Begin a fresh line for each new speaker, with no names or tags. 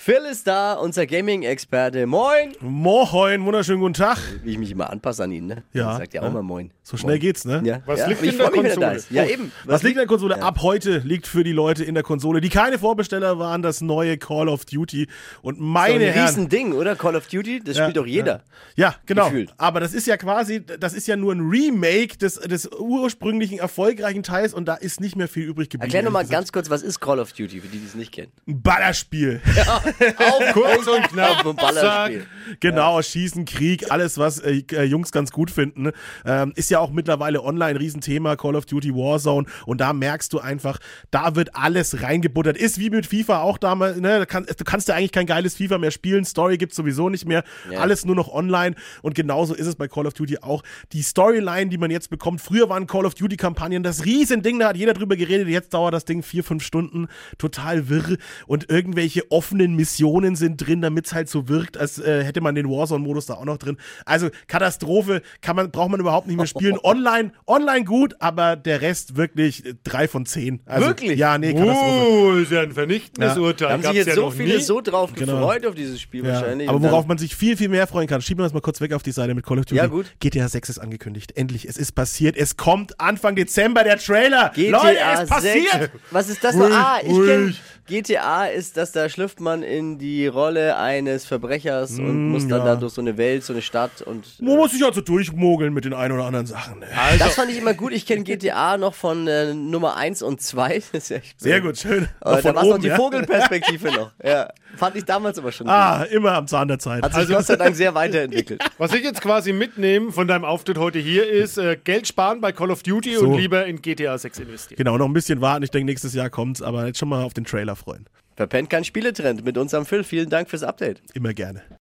Phil ist da, unser Gaming-Experte. Moin!
Moin, wunderschönen guten Tag.
Wie ich mich immer anpasse an ihn, ne?
Ja,
Er sagt ja auch
ja.
mal Moin.
So schnell geht's, ne?
Ja.
Was
ja,
liegt
aber ich
in der
freu mich, wenn er da
Konsole? Oh.
ist. Ja, eben.
Was, liegt in der Konsole? Ab heute liegt für die Leute in der Konsole, die keine Vorbesteller waren, das neue Call of Duty. Und
So ein
meine Herren.
Riesending, oder? Call of Duty, das spielt doch jeder.
Ja, genau.
Gefühlt.
Aber das ist ja quasi, das ist ja nur ein Remake des, des ursprünglichen erfolgreichen Teils und da ist nicht mehr viel übrig geblieben.
Erklär nochmal
ehrlich gesagt.
ganz kurz, was ist Call of Duty, für die, die es nicht kennen.
Ein Ballerspiel.
Auf,
Kurz und knapp.
ein Ballerspiel.
Genau, Schießen, Krieg, alles, was äh, äh, Jungs ganz gut finden. Ähm, ist ja auch mittlerweile online ein Riesenthema, Call of Duty Warzone. Und da merkst du einfach, da wird alles reingebuttert. Ist wie mit FIFA auch damals, ne? da kann, du kannst ja eigentlich kein geiles FIFA mehr spielen. Story gibt's sowieso nicht mehr.
Ja.
Alles nur noch online. Und genauso ist es bei Call of Duty auch. Die Storyline, die man jetzt bekommt, früher waren Call of Duty-Kampagnen das Riesending, da hat jeder drüber geredet. Jetzt dauert das Ding vier, fünf Stunden. Total wirr. Und irgendwelche offenen Missionen sind drin, damit es halt so wirkt, als äh, hätte man den Warzone-Modus da auch noch drin. Also Katastrophe kann man, braucht man überhaupt nicht mehr spielen. Online, online gut, aber der Rest wirklich äh, drei von zehn. Also,
Wirklich?
Ja, nee, Katastrophe.
Oh, ist ja ein vernichtendes
Ja.
Urteil.
Da haben sich
Gab's
jetzt
ja
so
noch
viele
nie.
so drauf
Genau.
gefreut auf dieses Spiel
Ja,
wahrscheinlich.
aber
Und dann-
worauf man sich viel, viel mehr freuen kann. Schieben wir das mal kurz weg auf die Seite mit Call of Duty.
Ja, gut.
GTA 6 ist angekündigt. Endlich, es ist passiert. Es kommt Anfang Dezember der Trailer. Leute,
GTA
es passiert.
6. Was ist das noch?
Ruhig,
Ah, ich kenne.
ruhig.
GTA ist, dass da schlüpft man in die Rolle eines Verbrechers und muss dann
Mm, ja.
da durch so eine Welt, so eine Stadt und.
Man muss sich also durchmogeln mit den ein oder anderen Sachen. ne?
Das fand ich immer gut. Ich kenne GTA noch von äh, Nummer 1 und 2. Das ist ja echt
Sehr
blöd.
gut, schön.
Aber da war es noch die
ja?
Vogelperspektive noch. Ja. Fand ich damals aber schon.
Ah, immer am Zahn der Zeit. Also,
gut. Hat sich Gott sei Dank sehr weiterentwickelt.
Was ich jetzt quasi mitnehme von deinem Auftritt heute hier ist, äh, Geld sparen bei Call of Duty
So.
und lieber in GTA 6 investieren.
genau, noch ein bisschen warten. Ich denke, nächstes Jahr kommt's, aber jetzt schon mal auf den Trailer freuen.
Verpennt kein Spieletrend mit unserem Phil. Vielen Dank fürs Update.
Immer gerne.